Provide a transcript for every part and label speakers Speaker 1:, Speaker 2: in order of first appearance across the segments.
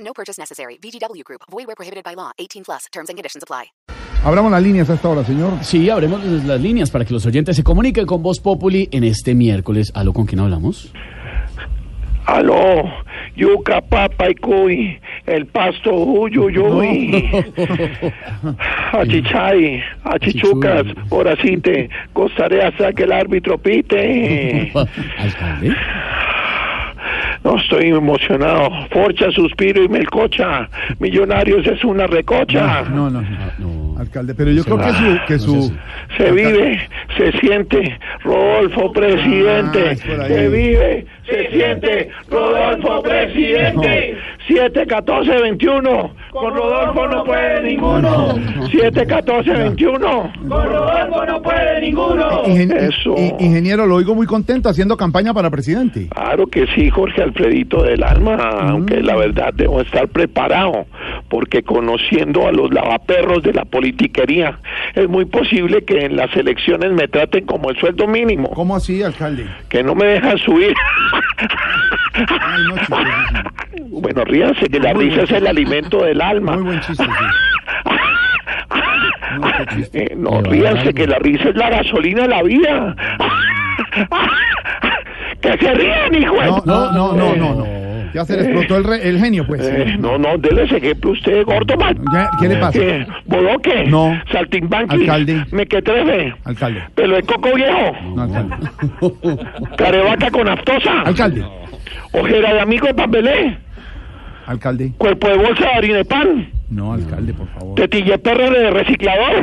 Speaker 1: No purchase necessary. VGW Group. Void where prohibited by law. 18 plus. Terms and conditions apply.
Speaker 2: Abramos las líneas hasta ahora, señor.
Speaker 3: Sí, abremos las líneas para que los oyentes se comuniquen con Voz Populi en este miércoles. ¿Aló, con quién hablamos?
Speaker 4: Aló, yuca, papa y cuy, el pasto, uy, uy, uy. Achichay, achichucas, horacite, costaré hasta que el árbitro pite.
Speaker 3: ¿Alcalde?
Speaker 4: No, estoy emocionado. Forcha, suspiro y melcocha. Millonarios es una recocha.
Speaker 2: No, no,
Speaker 3: Ah, no.
Speaker 2: alcalde. Pero yo creo que su. Que
Speaker 3: no
Speaker 2: su eh,
Speaker 3: sé
Speaker 4: Se vive, se siente, Rodolfo
Speaker 2: Ah,
Speaker 4: presidente.
Speaker 2: es por ahí.
Speaker 4: Se vive, se siente, Rodolfo presidente. 7, 14, 21. Con Rodolfo no puede ninguno. 7, 14, 21. Con Rodolfo no puede ninguno.
Speaker 2: Ingen-
Speaker 4: Eso.
Speaker 2: i- Ingeniero, lo oigo muy contento haciendo campaña para presidente.
Speaker 4: Claro que sí, Jorge Alfredito del Alma,
Speaker 2: Mm,
Speaker 4: aunque la verdad debo estar preparado, porque conociendo a los lavaperros de la politiquería, es muy posible que en las elecciones me traten como el sueldo mínimo,
Speaker 2: ¿Cómo así, alcalde?
Speaker 4: que no me dejan subir.
Speaker 2: Ay, no, chiste, sí, sí.
Speaker 4: bueno, ríanse, que la
Speaker 2: Muy
Speaker 4: risa
Speaker 2: buen
Speaker 4: es el
Speaker 2: chiste.
Speaker 4: alimento del alma.
Speaker 2: Muy buen chiste. sí. Muy buen chiste.
Speaker 4: Eh, no,
Speaker 3: Qué
Speaker 4: ríanse,
Speaker 3: bárbaro.
Speaker 4: que la risa es la gasolina de la vida. que se rían, hijo de-
Speaker 2: No, no, no, no, no, no. Ya se le explotó el, re- el genio, pues.
Speaker 4: Eh, no, no, déles ejemplo usted, gordo mal.
Speaker 2: Ya, ¿Qué le pasa?
Speaker 4: Eh, Bodoque.
Speaker 2: No.
Speaker 4: Saltimbanqui.
Speaker 2: Alcalde.
Speaker 4: Mequetrefe.
Speaker 2: Alcalde.
Speaker 4: Pelo de coco viejo.
Speaker 2: No, alcalde.
Speaker 4: Carevaca con aftosa.
Speaker 2: Alcalde.
Speaker 4: Ojera de amigo de papelé.
Speaker 2: Alcalde.
Speaker 4: Cuerpo de bolsa de harina de pan.
Speaker 2: No, alcalde, por favor.
Speaker 4: Tetille perro de reciclador.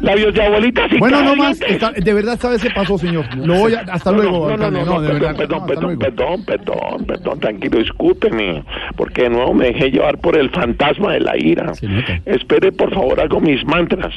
Speaker 4: Labios de abuelita sin
Speaker 2: Bueno,
Speaker 4: cara
Speaker 2: no
Speaker 4: de
Speaker 2: más.
Speaker 4: dientes.
Speaker 2: alcalde, De verdad, ¿sabes qué pasó, señor? Lo voy a. Hasta
Speaker 4: No,
Speaker 2: luego,
Speaker 4: no, no,
Speaker 2: alcalde.
Speaker 4: no,
Speaker 2: No,
Speaker 4: no,
Speaker 2: de
Speaker 4: perdón,
Speaker 2: verdad.
Speaker 4: perdón,
Speaker 2: no, hasta
Speaker 4: perdón,
Speaker 2: luego.
Speaker 4: perdón, perdón, perdón, tranquilo, discúlpeme, porque de nuevo me dejé llevar por el fantasma de la ira.
Speaker 3: Se nota.
Speaker 4: Espere, por favor, hago mis mantras.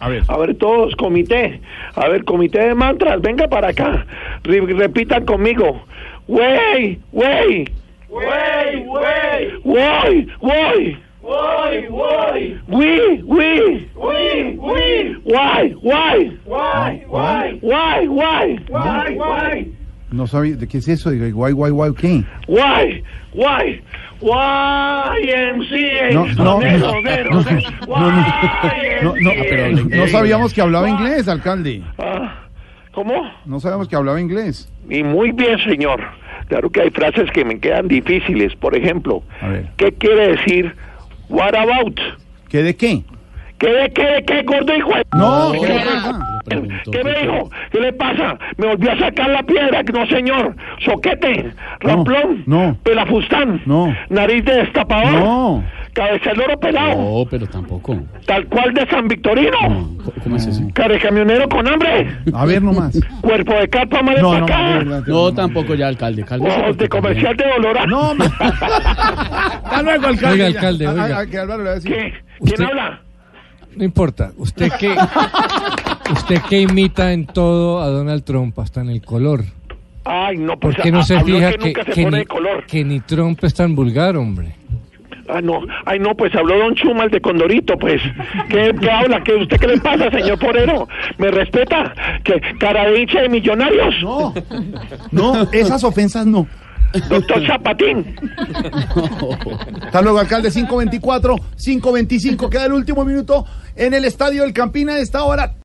Speaker 2: A ver.
Speaker 4: A ver, todos, comité. A ver, comité de mantras, venga para acá. Re- repitan conmigo. Wey, wey. Wey, wey. Woy, woy. Woy, woy. We, we. We, we. Why, why. Why, why. Why, why. Why, why.
Speaker 2: No sabía. ¿de ¿Qué es eso? Digo, guay, guay, guay, ¿qué?
Speaker 4: Why, why. YMCA.
Speaker 2: No, no,
Speaker 4: Sonero,
Speaker 2: no,
Speaker 4: sonero,
Speaker 2: no,
Speaker 4: sonero.
Speaker 2: no, no, No, no, eh,
Speaker 4: YMCA.
Speaker 2: no sabíamos que hablaba inglés, alcalde.
Speaker 4: Ah, ¿Cómo?
Speaker 2: No sabíamos que hablaba inglés.
Speaker 4: Y muy bien, señor. Claro que hay frases que me quedan difíciles. Por ejemplo,
Speaker 2: A ver.
Speaker 4: ¿qué quiere decir what about?
Speaker 2: ¿Qué de qué?
Speaker 4: ¿Qué de qué de qué, gordo hijo de-
Speaker 2: No,
Speaker 4: ¿Qué,
Speaker 2: ¿qué
Speaker 4: le
Speaker 2: le pasa?
Speaker 3: Preguntó,
Speaker 4: ¿Qué me
Speaker 3: ¿qué
Speaker 4: dijo? ¿Qué le pasa? Me volvió a sacar la piedra. No, señor. Soquete,
Speaker 2: No,
Speaker 4: ramplón,
Speaker 2: no.
Speaker 4: pelafustán,
Speaker 2: No.
Speaker 4: nariz de destapador,
Speaker 2: No.
Speaker 4: cabeza de loro pelado,
Speaker 3: No, pero tampoco.
Speaker 4: tal cual de San Victorino,
Speaker 3: No, ¿Cómo es eso?
Speaker 4: carecamionero con hambre,
Speaker 2: A ver nomás.
Speaker 4: cuerpo de capa, madre
Speaker 2: No,
Speaker 4: pa'
Speaker 2: no,
Speaker 4: acá.
Speaker 2: de verdad.
Speaker 3: No, tampoco ya, alcalde. cálmese,
Speaker 4: Ojos
Speaker 3: porque
Speaker 4: de comercial de dolor.
Speaker 2: No, ma- Hasta luego, alcalde.
Speaker 5: Oiga, alcalde,
Speaker 2: A- a-
Speaker 5: oiga.
Speaker 2: a- que Álvaro le va a decir.
Speaker 4: ¿Qué?
Speaker 5: Usted-
Speaker 4: ¿Quién habla?
Speaker 5: No importa. Usted que usted que imita en todo a Donald Trump, hasta en el color.
Speaker 4: Ay, no, pues
Speaker 5: ¿Por qué no
Speaker 4: a-
Speaker 5: se
Speaker 4: habló
Speaker 5: fija
Speaker 4: que
Speaker 5: que,
Speaker 4: nunca se
Speaker 5: que
Speaker 4: pone
Speaker 5: ni,
Speaker 4: de color?
Speaker 5: que ni Trump es tan vulgar, hombre?
Speaker 4: Ah, no, ay, no, pues habló Don Chumal de Condorito, pues. ¿Qué, qué habla? ¿Qué, ¿Usted qué le pasa, señor Porero? ¿Me respeta? ¿Que cara de hincha de millonarios?
Speaker 2: No, no, esas ofensas no.
Speaker 4: Doctor Zapatín.
Speaker 2: Hasta luego, alcalde. 524, 525. Queda el último minuto en el estadio del Campina a esta hora.